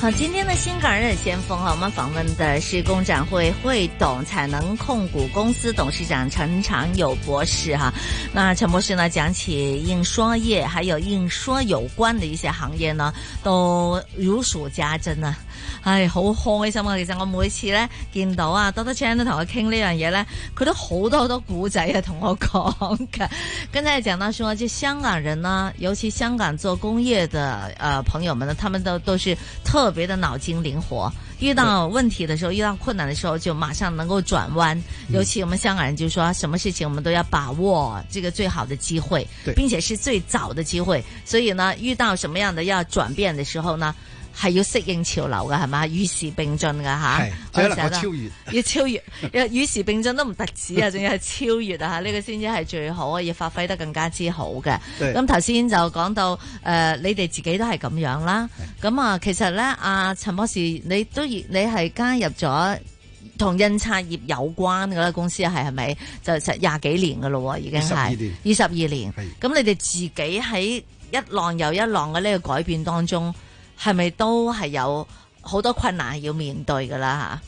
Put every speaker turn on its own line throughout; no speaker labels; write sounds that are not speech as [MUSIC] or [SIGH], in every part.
好，今天的新港人的先锋啊，我们访问的是工展会会董产能控股公司董事长陈长友博士哈、那陈博士呢，讲起印刷业还有印刷有关的一些行业呢，都如数家珍啊！唉，好開心啊！其實我每次咧見到啊多多 Chan 都同我傾呢樣嘢咧，佢都好多好多古仔啊同我講嘅。 [LAUGHS] 剛才也講到說，就香港人呢，尤其香港做工業的呃朋友們呢，他們都都是特別的腦筋靈活，遇到問題的時候，遇到困難的時候，就馬上能夠轉彎。尤其我們香港人就說，什麼事情我們都要把握這個最好的機會
對，
並且是最早的機會。所以呢，遇到什麼樣的要轉變的時候呢，係要適應潮流嘅，係嘛？與時並進嘅吓 [LAUGHS]
係，，最能
成日
夠
都話
超越。
要超越，要與時並進都唔特止啊，仲要係超越啊！呢、個先至係最好啊，要發揮得更加之好嘅。
對
咁頭先就講到誒、呃你哋自己都係咁樣啦。咁啊，其實咧，阿、陳博士，你都你係加入咗同印刷業有關嘅啦，公司係係咪？就成廿幾年嘅咯喎，已經
22
係
年
二十二年。
係
咁你哋自己喺一浪又一浪嘅呢個改變當中，係咪都係有好多困難要面對㗎啦？嚇，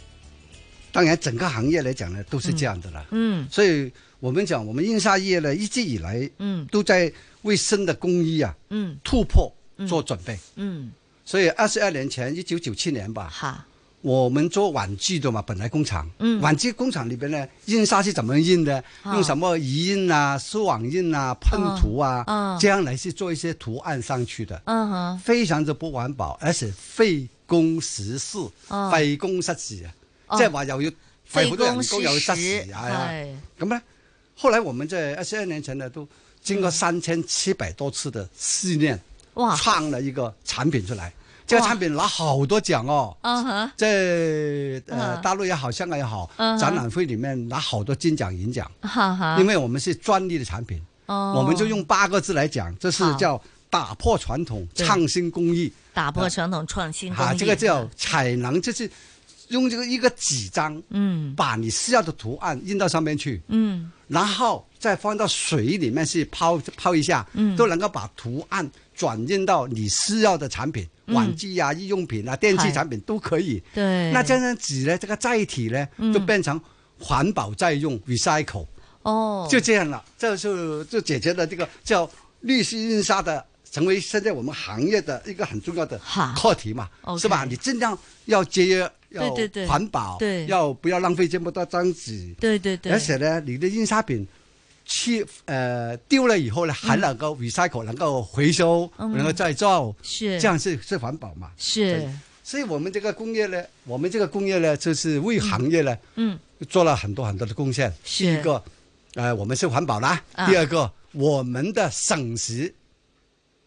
當然，整個行業來講呢，都是這樣的啦。
嗯
所以我們講，我們印刷業呢，一直以來
嗯
都在為新的工藝啊
嗯
突破做準備。
嗯，
所以二十二年前，一九九七年吧，
好，
我們做玩具的嘛，本來工廠，
嗯
玩具工廠裏邊呢，印刷是怎麼印的？
啊
用什麼移印啊、絲網印啊、噴塗啊，
啊
這樣來是做一些圖案上去的。
嗯哼，
非常之不環保，而且費工時事，
哦
費工失事啊！
哦
即係話又要費好多人工，又要失
費
事
工
係啊！
係
咁咧，後來我們在二十二年前呢，都經過三千七百多次的試驗，
哇，
創了一個產品出來。這個
哇
產品拿好多獎哦，
嗯哼，
在呃
嗯
大陸也好，香港也好，
嗯哼
展覽會裡面拿好多金獎銀獎，
哈哈，
因為我們是專利的產品。
哦
我們就用八個字來講，这是
好
叫打破傳統、
对
創新工藝。
打破傳統創新工
啊，
藝，
这个叫彩能，就是用这个一个纸张，
嗯
把你需要的图案印到上面去，
嗯
然后再放到水里面去泡泡一下，
嗯
都能够把图案转印到你需要的产品，
嗯
玩具啊、日用品啊、电器
是
产品都可以。
對，
那这张纸呢，这个载体呢，
嗯
就变成环保再用 （recycle），、
哦，
就这样了。这就就解决了这个叫绿色印刷的。成为现在我们行业的一个很重要的
好
课题嘛，
OK
是吧？你尽量要节约，要
对对对
环保，
对
要不要浪费这么多张纸？
對對對，
而且呢，你的印刷品去呃丢了以后呢，还能够 recycle，、能够回收，
嗯
能够再造，
是
这样是是环保嘛？
是
对，所以我们这个工业呢，我们这个工业呢，就是为行业呢、
嗯
做了很多很多的贡献。
是
第一个，呃，我们是环保啦；
啊
第二个，我们的省时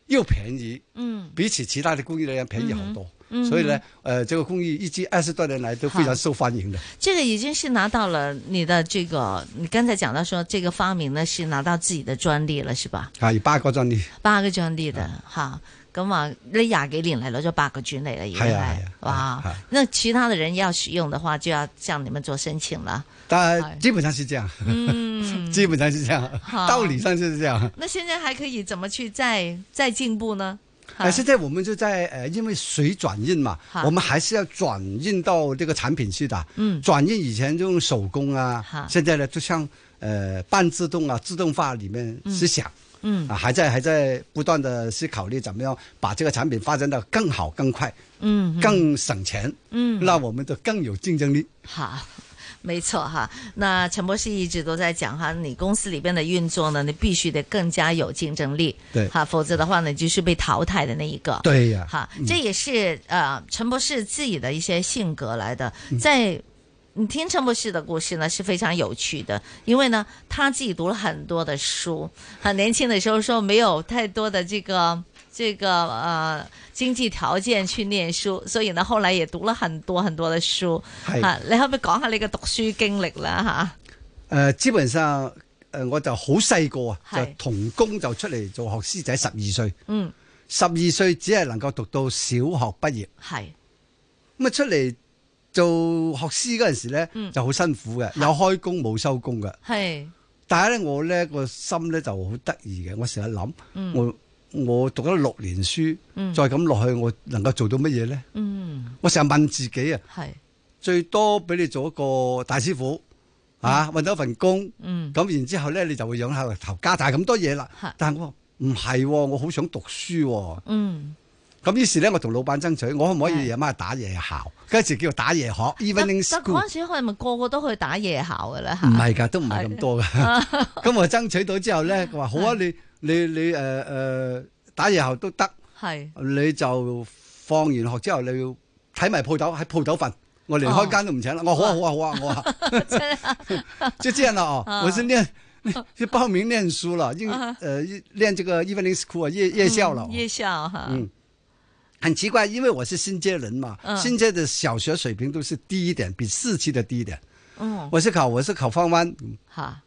又便宜，
嗯
比起其他的工艺人员便宜好多。
嗯哼
所以呢，呃，这个工艺一直二十多年来都非
好
常受欢迎的。
这个已经是拿到了你的这个，你刚才讲到说这个发明呢是拿到自己的专利了，是吧？
啊，有八个专利。
八個獎啲
嗯
啊，嚇！咁啊，呢廿幾年嚟攞咗八個獎嚟啦，已經
係
係
啊係啊係
哇
啊！
那其他的人要使用的話，就要向你們做申請啦。哎
但基本上是这样，
嗯，
基本上是这样，
好
道理上就是这样。
[LAUGHS] 那現在還可以怎麼去再再进步呢？
呃，现在我们就在呃，因为水转印嘛
好，
我们还是要转印到这个产品去的。
嗯
转印以前就用手工啊
好，
现在呢，就像呃半自动啊、自动化里面思想、
嗯
啊，还在还在不断的去考虑怎么样把这个产品发展到更好、更快、
嗯
更省钱，
嗯，
那我们就更有竞争力。
好，没错哈。那陈博士一直都在讲哈，你公司里边的运作呢，你必须得更加有竞争力，
对
哈，否则的话呢，你就是被淘汰的那一个。
对呀、
哈，这也是呃陈博士自己的一些性格来的。在你听陈博士的故事呢是非常有趣的，因为呢他自己读了很多的书，很年轻的时候说没有太多的这个。这个呃经济条件去念书，所以呢后来也读了很多很多的书。
是
啊，你可唔可以讲下你嘅读书经历啦？
呃，基本上诶、呃我就好細個啊，
係
就童工就出嚟做學師仔，十二歲。
嗯，
十二歲只係能夠讀到小學畢業，
係
咁啊出嚟做學師嗰陣時咧
嗯
就好辛苦嘅，有開工冇收工嘅。
係
但係咧，我咧個心咧就好得意嘅，我成日諗，
嗯
我我讀咗六年書，
嗯
再咁落去，我能夠做到乜嘢咧？
嗯
我成日問自己啊，
係
最多俾你做一個大師傅啊，揾到一份工，
嗯
咁然之後咧你就會養下頭家，但係咁多嘢啦
嚇。
但係我話唔係喎，我好想讀書喎。
嗯。
咁於是咧，我同老闆爭取，我可唔可
係
以夜晚打夜校？嗰陣時叫打夜學
但
（evening
但
school）
嗰。陣時係咪個個都去打夜校嘅咧？嚇
唔係㗎，都唔係咁
[LAUGHS]
多
啊
㗎。咁我爭取到之後咧，佢話好啊，你你你誒誒、呃呃打夜後都得，
係
你就放完學之後你要睇埋鋪頭喺鋪頭瞓。我連開間都唔請啦，
哦
我話好啊好啊好啊，
[LAUGHS]
我
啊
話 [LAUGHS] 就這樣啦哦，我是念去報名念書了，因呃念這個 evening school 啊夜夜校了哦
啊嗯，夜校嚇，
嗯很奇怪，因為我是新界人嘛
嗯，
新界的小學水平都是低一點，比市區的低一點。
嗯
我是考我是考方灣，
嚇，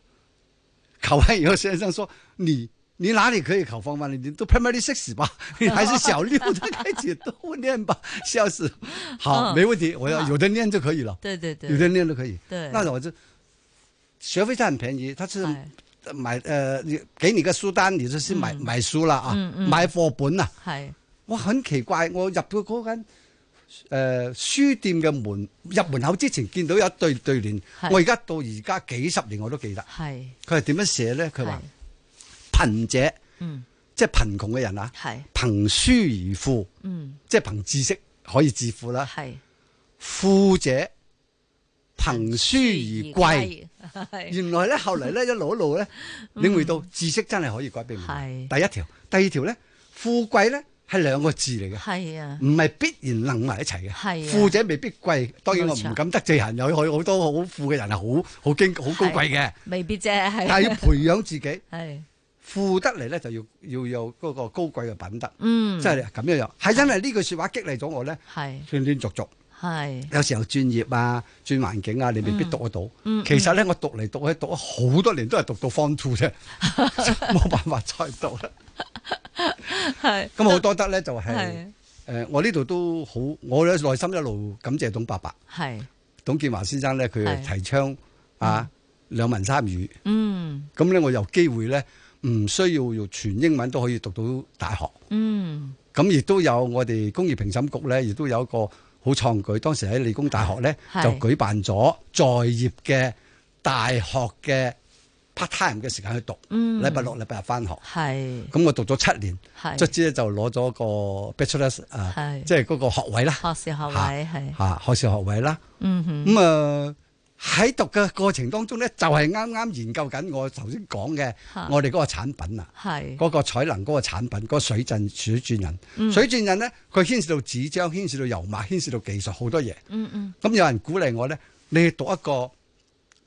考完以后，先生说你你哪里可以考方班了？你都 primary
[LAUGHS]
six 吧，你还是小六的开始都念吧， [LAUGHS] 笑死！好，
嗯
没问题，我要有的念就可以了，
對對對，
有的念就可以。
對
那我就学费是很便宜，他是
係
买呃，你给你个书单，你就是买、
嗯
买书了啊，
嗯嗯
买课本啊。
係
我很奇怪，我入到嗰間誒書店嘅門入門口之前，見到有一對對聯，
係
我而家到而家幾十年我都記得。
係
佢係點樣寫咧？佢話
係
貧者
嗯
即係貧窮嘅人啊，
係
憑書而富，
嗯
即係憑知識可以致富啦。
係
富者憑書而貴。
而貴係
原來咧，後嚟咧，一路一路咧，領會到知識真係可以改變命運。
係
第一條，第二條咧，富貴咧係兩個字嚟嘅。
係啊，
唔係必然能埋一
係
齊嘅，
啊
富者未必貴。當然我
冇錯
唔敢得罪人，有有好多好富嘅人係好好經好高貴嘅，
未必啫，
但
係
係要培養自己。
係
富得嚟咧就要要有嗰個高貴嘅品德，
嗯
即係咁樣樣。係因為呢句説話激勵咗我咧，
係
斷斷續續。
係
有時候轉業啊、轉環境啊，你未必讀得到。
嗯嗯
其實咧，我讀嚟讀去讀咗好多年，都係讀到 form two 啫， [LAUGHS] 冇辦法再讀啦。
係
咁好多得咧，就係、
係
呃我呢度都好，我咧內心一路感謝董伯伯、
係
董建華先生咧，佢
係
提倡啊兩文三語。
嗯
咁咧，我有機會咧，唔需要用全英文都可以讀到大學。
嗯
咁亦都有我哋工業評審局咧，亦都有一個好創舉。當時喺理工大學咧，
係
就舉辦咗在業嘅大學嘅 part time 嘅時間去讀，
嗯
禮拜六、禮拜日翻學。
係
咁我讀咗七年，
係
卒之咧就攞咗個 bachelor 啊
係，
即係嗰個學位啦，
學士學位係
嚇學士學位啦。
嗯哼
咁啊喺讀嘅過程當中咧，就係啱啱研究緊我頭先講嘅
嚇
我哋嗰個產品啊。
係
嗰個彩能嗰個產品，嗰、個水浸水鑽人，
嗯
水鑽人咧，佢牽涉到紙張，牽涉到油墨，牽涉到技術好多嘢。
嗯嗯
咁有人鼓勵我咧，你去讀一個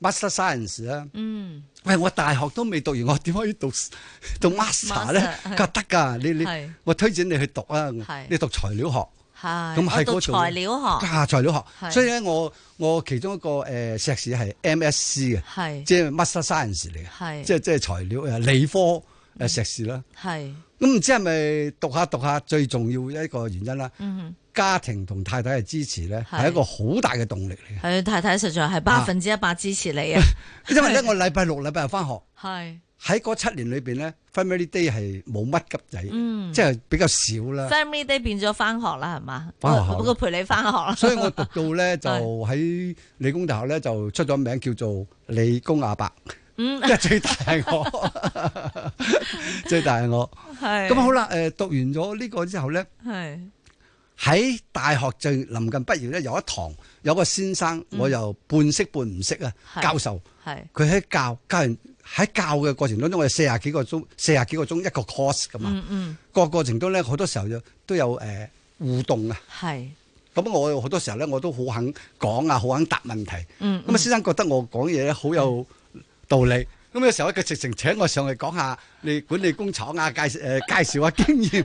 master science 啦。
嗯
喂，我大學都未讀完，我點可以讀 [LAUGHS] 讀 master 咧
Master，？係
佢話得㗎，你
係
你我推薦你去讀啊
係，
你讀材料學。
係
咁喺
我讀
嗰度
材料學
啊，材料
係
學，所以咧，我我其中一個誒、呃、碩士係 MSc 嘅，
係
即係 master science 嚟
係
嘅，即係即係材料誒理科誒碩士啦。
係
咁唔知係咪讀下讀下最重要一個原因啦？
嗯
家庭同太太嘅支持咧，
係
係一個好大嘅動力嚟
哼係太太實在係百分之一百支持
[LAUGHS]
你啊 [LAUGHS]
嘅。因為咧，我禮拜六、禮拜日翻學，
係
喺嗰七年裏邊咧，family day 係冇乜急仔，
嗯
即係比較少啦。
family day 變咗翻學啦係嘛
返學啦
不過陪你翻學啦
所以我讀到咧就
係
喺理工大學咧就出咗名叫做理工阿
[LAUGHS]
伯，
[LAUGHS] 嗯
因為最大係我，
[LAUGHS]
最大係我。
係
咁好啦，誒讀完咗呢個之後咧。
係
喺大學就臨近畢業咧，有一堂有個先生，我又半識半唔識啊，
嗯係
教授
係
佢喺教教人喺教嘅過程當中，我哋四十幾個鐘，四十幾個鐘一個 course 噶嘛，
嗯嗯
個過程中咧好多時候有都有誒、呃互動啊，
係
咁我有好多時候咧我都好肯講啊，好肯答問題，咁啊、
嗯嗯
先生覺得我講嘢咧好有道理。咁有時候咧，佢直情請我上去講下你管理工廠啊，介誒、呃介紹下經驗。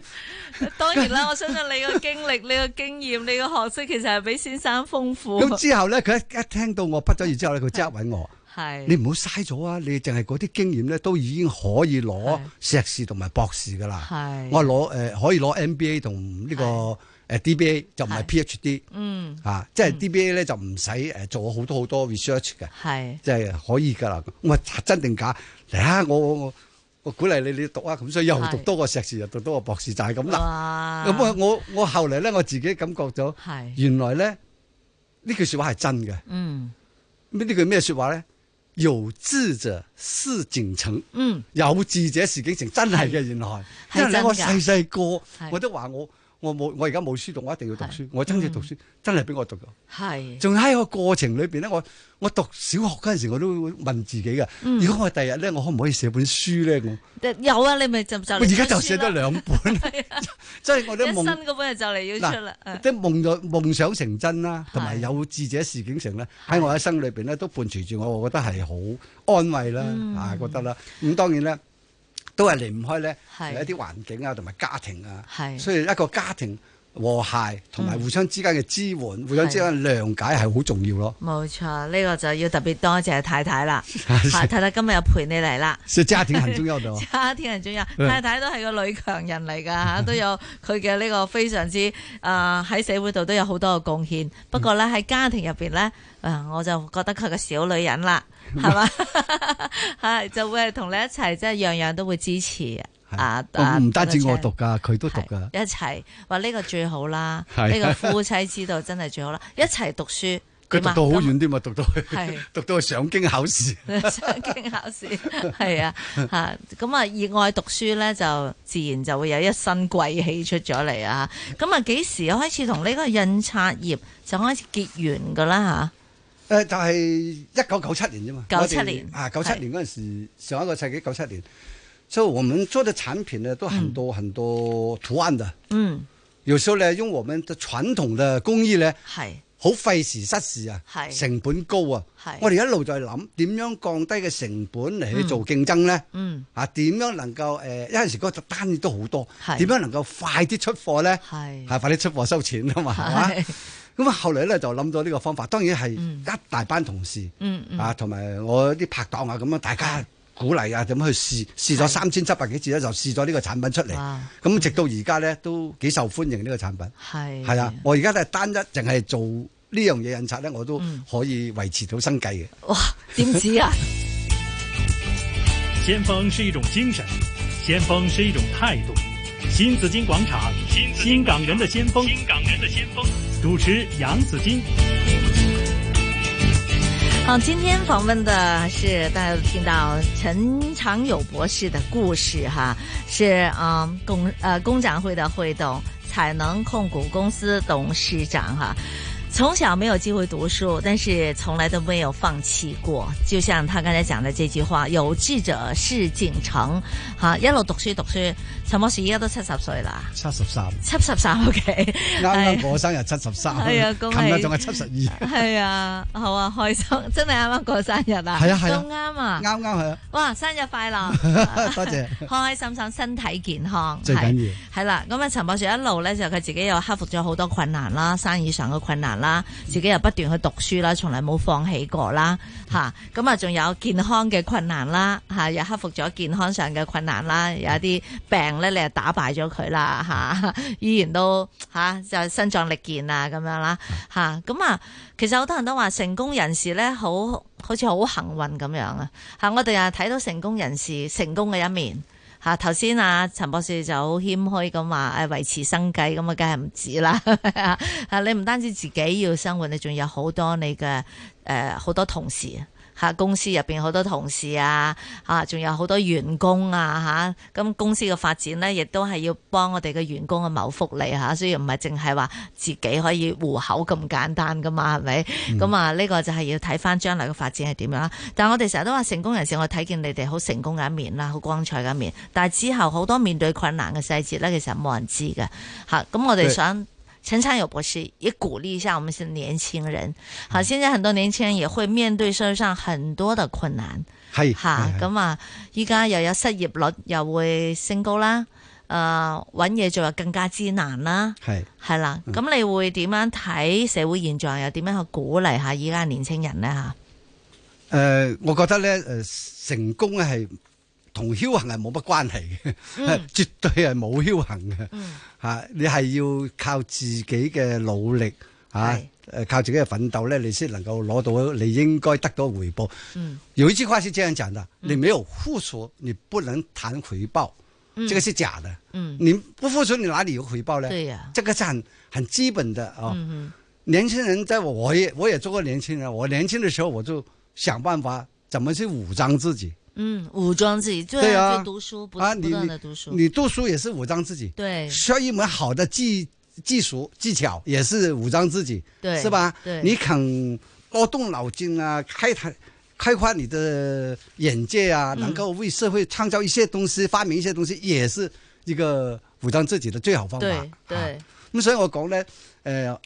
當然啦，我相信你個經歷、 [LAUGHS] 你個經驗、你個學識，其實係比先生豐富。
咁之後咧，佢一一聽到我畢咗業之後咧，佢即刻揾我。
[LAUGHS] 係
你唔好嘥咗啊！你淨係嗰啲經驗咧，都已經可以攞
係
碩士同埋博士噶啦。
係
我攞誒、呃可以攞 MBA 同呢個誒 DBA 就唔
係
係 PhD
嗯
啊，即係 DBA 咧就唔使誒做好多好多 research 嘅，
係
即係可以㗎啦。我話真定假嚟啊！我我我我鼓勵你你讀啊，咁所以又
係
讀多個碩士又讀多個博士就係咁
哇
啦。咁啊，我我後嚟咧我自己感覺咗，
係
原來咧呢句説話係真嘅。
嗯
呢句咩説話咧？有志者事竟成。
嗯
有志者事竟成，真係嘅原來。
係
因
嗯
為咧
真㗎
我細細個
係
我都話我我冇我而家冇書讀，我一定要讀書。我真正讀書，
嗯
真係俾我讀咗。
係
仲喺個過程裏邊咧，我我讀小學嗰陣時，我都會問自己嘅：
嗯
如果我第日咧，我可唔可以寫本書咧？我
有啊，你咪就就
我
嚟
而家
出書
就寫咗
啦
兩本，
[LAUGHS]
即係我啲
一新
夢
嗰本就嚟要出啦，
嗱，
嗯
啲夢咗夢想成真啦，同埋
係
有志者事竟成咧，喺我一生裏邊咧都伴隨住我，我覺得係好安慰啦，
嗯
啊覺得啦。咁當然咧，都係離唔開咧
係
一啲環境啊，同埋家庭啊。
係嗯
所以一個家庭和諧同埋互相之間嘅支援、互相之間嘅諒解係好重要咯。
冇錯，呢、個就要特別多謝太太
[LAUGHS]
啦。嚇太太今日又陪你嚟啦。。
所以家庭很重要的哦
[LAUGHS] 家庭人重
[LAUGHS]
要，
嗯
太太都係個女強人
[LAUGHS]
嚟㗎嚇，都有佢嘅呢個非常之啊喺、社會度都有好多嘅貢獻。不過咧喺家庭入邊咧，啊我就覺得佢個小女人
[LAUGHS]
啦，係嘛， [LAUGHS] 係就會係同你一齊，即係樣樣都會支持啊
我
啊！
哦唔單止我讀㗎，佢都讀㗎。
一齊話呢個最好啦，
係
呢個夫妻之道真係最好啦，一齊讀書，
[LAUGHS] 佢讀
點啊
到好遠添嘛，讀到
係
去， [LAUGHS] 讀到去上京考試。
上京考試係啊嚇，咁啊熱愛讀書咧，就自然就會有一身貴氣出咗嚟啊！咁啊幾時開始同呢個印刷業就開始結緣㗎啦
誒、呃就係一九九七年啫嘛，
97
我哋
年
啊，九七年嗰陣時，上一個世紀九七年，所以我們做的產品呢，都很
嗯
多、很多圖案的。
嚇？嗯，
有時候呢，用我們的傳統的工藝呢，
係
好費時失事啊，
係
成本高啊
係。
我哋一路在諗點樣降低嘅成本嚟去做競爭呢？
嗯
啊，點樣能夠誒、呃？有陣時嗰個單都好多，
係
點樣能夠快啲出貨呢？
係
係快啲出貨收錢啊嘛，係嘛？
係
咁啊，後嚟咧就諗到呢個方法，當然係
嗯
一大班同事，
嗯嗯
啊，同埋我啲拍檔啊，咁樣大家鼓勵啊，咁去試試咗
係
三千七百幾次咧，就試咗呢個產品出嚟。
哇
咁直到而家咧都幾受歡迎呢個產品，
係
係啊，我而家都係單一淨係做呢樣嘢印刷咧，我都
嗯
可以維持到生計嘅。
哇點止啊！
先鋒是一种精神，先锋是一种态度。新紫金广场，新港人的先锋，新港人的先锋。主持杨紫金，
好，今天访问的是大家都听到陈长友博士的故事哈，是嗯工呃工展会的会董，采能控股公司董事长哈。从小没有机会读书，但是从来都没有放弃过。就像他刚才讲的这句话：“有志者事竟成。”哈，一路读书读书，陈博士而家都七十岁啦，
七十三，
七十三 OK，
啱
係
啱我生日七十三，
係啊恭喜
琴日仲係七十二，
系啊， [LAUGHS] 好啊，开心，真系啱啱過生日啊，
係啊係啊
咁啱啊，
啱啱係
[LAUGHS]
啊，
哇！生日快樂，
多謝， [LAUGHS]
開開心心，身體健康，
最緊
係
要。
係啦。咁啊，陳博士一路咧就佢自己又克服咗好多困難啦，生意上嘅困難啦，自己又不斷去讀書啦，從來冇放棄過啦，吓咁啊，仲有健康嘅困難啦，吓、又克服咗健康上嘅困難啦，有一啲病咧你又打敗咗佢啦，吓、 [LAUGHS] 依然都吓、就身壯力健啊咁樣啦，吓咁啊，其實好多人都話成功人士咧好好似好幸運咁樣啊。吓，我哋啊睇到成功人士成功嘅一面。吓，頭先啊，陳博士就好謙虛咁話，誒維持生計咁啊，梗係唔止啦。 [LAUGHS] 啊，你唔單止自己要生活，你仲有好多你嘅誒好多同事嚇，公司入邊好多同事啊，啊，仲有好多員工啊嚇。咁、公司嘅發展咧，亦都係要幫我哋嘅員工去謀福利嚇、所以唔係淨係話自己可以糊口咁簡單噶嘛，係咪？咁啊、呢個就係要睇翻將來嘅發展係點樣啦。但係我哋成日都話成功人士，我睇見你哋好成功嘅一面啦，好光彩嘅一面。但係之後好多面對困難嘅細節咧，其實冇人知嘅嚇。咁我哋
對
想。陈昌友博士也鼓励一下我们是年轻
嗯
人，好，现在很多年轻人也会面对社会上很多的困
[LAUGHS]
难，
係
吓
係係
咁啊，依家又有失业率又會升高啦，诶、搵嘢做又更加之難啦，
係。
係啦，
嗯
咁你會點樣睇社會現象，又點樣去鼓勵下依家年青人呢？吓？
诶、呃我覺得咧，诶、成功咧係同僥倖係冇乜關係嘅，
嗯
[LAUGHS] 絕對係冇僥倖嘅。
嗯
吓、你係要靠自己嘅努力吓，
係
诶、靠自己嘅奮鬥咧，你先能夠攞到你應該得到嘅回報。
嗯
有一句話是這樣講的：你沒有付出，你不能談回報，
嗯
這個是假的。
嗯，
你不付出，你哪裡有回報呢？
对嗯呀，
这個是很很基本的啊、
嗯
年輕人在我我也我也做過年輕人，我年輕的時候我就想辦法怎麼去武裝自己。
嗯，武装自己，对
对啊
就读书，不
啊
不
你
断的读书，
你读书也是武装自己，
对
学一门好的技技术技巧也是武装自己，
对，
是吧？
对，
你肯多动脑筋啊，开拓开阔你的眼界啊，
嗯
能够为社会创造一些东西，发明一些东西，也是一个武装自己的最好方法。
对
啊
对，
咁所以我講咧，誒、呃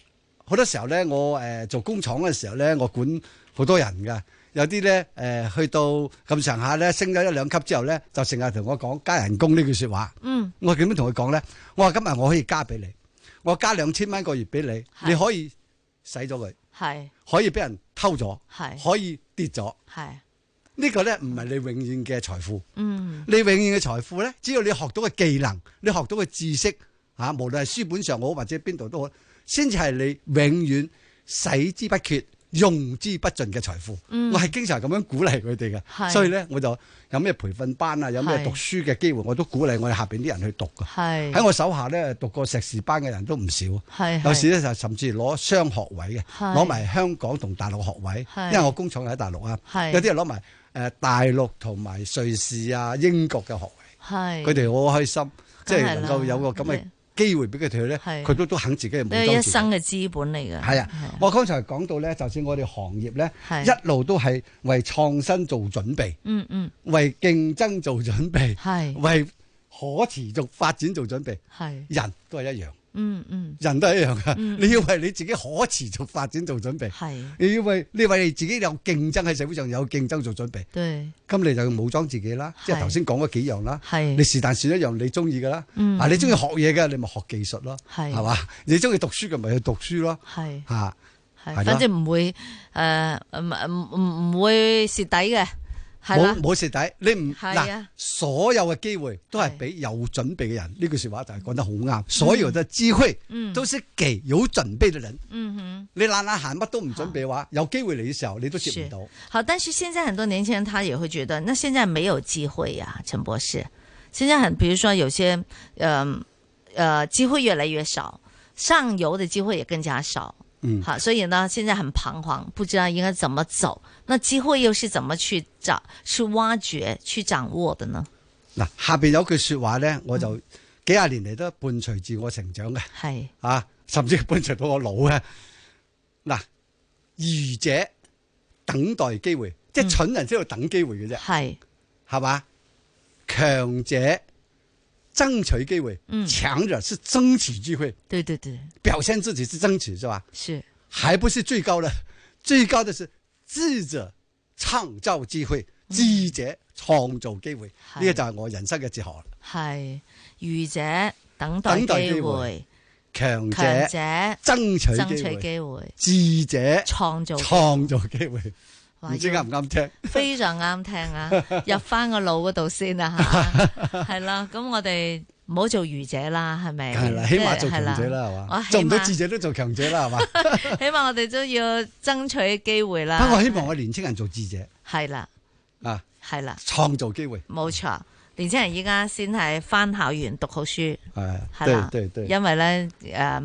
好多時候咧，我誒、呃做工廠嘅時候咧，我管好多人噶。有啲咧誒去到咁上下咧，升咗一兩級之後咧，就成日同我講加人工呢句説話。
嗯
我點樣同佢講咧？我話今日我可以加俾你，我加兩千蚊個月俾
係
你，你可以使咗佢，
系
可以俾人偷咗，
系
可以跌咗。
系，
呢、個咧唔係你永遠嘅財富。
嗯
你永遠嘅財富咧，只要你學到嘅技能，你學到嘅知識嚇、啊，無論係書本上好或者邊度都好，先至係你永遠使之不竭、用之不盡嘅財富。
嗯
我係經常咁樣鼓勵佢哋
係
嘅，所以咧我就有咩培訓班啊，有咩
係
讀書嘅機會，我都鼓勵我哋下邊啲人去讀㗎。
系
哎喺我手下咧，讀過碩士班嘅人都唔少。
系
有時咧就甚至攞雙學位嘅，
係
攞埋香港同大陸學位
係，
因為我工廠喺大陸啊，
係
有啲人攞埋誒大陸同埋瑞士啊、英國嘅學位，
系
佢哋好開心，即
梗係
係能夠有個咁嘅
啦
機會俾佢哋咧，
係
佢都都肯自己去武
都系一
裝自己。
生嘅資本嚟嘅。
係啊，我剛才講到咧，就算我哋行業咧，
係
一路都係為創新做準備，
嗯嗯，
為競爭做準備，
係
為可持續發展做準備，
係，
人都係一樣。
嗯嗯
人都係一樣噶，你要為你自己可持續發展做準備，
係，
你要為你為你自己有競爭喺社會上有競爭做準備，
對
咁你就要武裝自己啦。
係
即係頭先講嗰幾樣啦，
係
你是但選一樣你中意嘅啦。
嗯
啊，你中意學嘢嘅，你咪學技術咯，
係
係嘛？你中意讀書嘅，咪去讀書咯。
係
嚇，係
係，
啦
反正唔會誒唔唔唔唔會蝕底嘅，係啦
冇，冇蝕底，你唔
係
嗱
啊，
所有嘅機會都係
係
俾有準備嘅人。呢句説話就係講得好啱，所有嘅機會
嗯
都是給有準備嘅人。
嗯哼。
你懶懶閒乜都唔準備嘅話，有機會嚟嘅時候你都接
是
唔到。
好，但是现在很多年轻人他也会觉得，那现在没有机会呀、陈博士。现在很，比如说有些，嗯呃机会越来越少，上游的机会也更加少。
嗯
好，所以呢，现在很彷徨，不知道应该怎么走。那机会又是怎么去找、去挖掘、去掌握的呢？
嗱，下邊有句説話咧，我就幾廿年嚟都伴隨住我成長嘅，
系，
啊，甚至伴隨到我老嘅。嗱，愚者等待機會，即係蠢人先喺度等機會嘅啫，
系，
係嘛？強者爭取機會
嗯，
強者是爭取機會，
对对对，
表現自己是爭取，是吧？
是，
還不是最高的，最高的是智者創造機會，智者創造機會，
係
呢個就係我人生嘅哲學啦。
系愚者等待
等待
机
機
会
會，強
强
者。
者
爭
争
取機
取
會，
机会，
智者
创造
創造機會，
哇
唔知啱唔啱聽？ [LAUGHS]
非常啱聽啊！入翻個腦嗰度先啊，
[LAUGHS]
吓，係啦。咁我哋唔好做愚者啦，係咪？
係啦，起碼做
即係
強者啦，係
我
嘛？
起碼啊
做唔到智者都做強者啦，係嘛？
[LAUGHS] 起碼我哋都要爭取機會啦。
不過我希望我年青人做智者
係啦，
啊，
係啦，
創造機會，
冇錯。年青人依家先係翻校園讀好書，
係
係啦，
對對對，
因為咧，诶、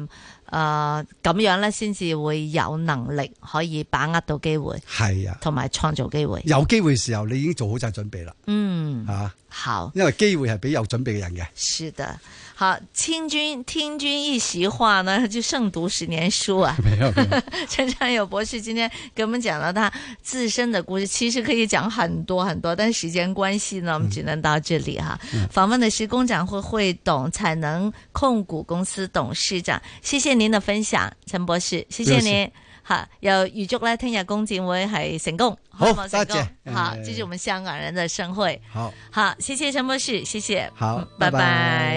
呃、咁樣咧，先至會有能力可以把握到機會，
係啊，
同埋創造機會。
有機會時候你已經做好晒準備啦，
嗯，
啊，
好。
因為機會係俾有準備嘅人嘅。
是的，好，听君听君一席话呢，就胜读十年书啊。 [LAUGHS]
沒有沒有
陈长友博士今天给我们讲了他自身的故事，其实可以讲很多很多，但时间关系呢，我们只能到这里哈。
嗯
访问的是工展会会董采能控股公司董事长，谢谢您的分享，陈博士，谢谢
不用
您。好，又预祝呢听日工展会系成功，
好哎
開幕成功
多謝
好，
誒
这是我们香港人的盛会。
好，
好，谢谢陈博士，谢谢，
好
拜
拜拜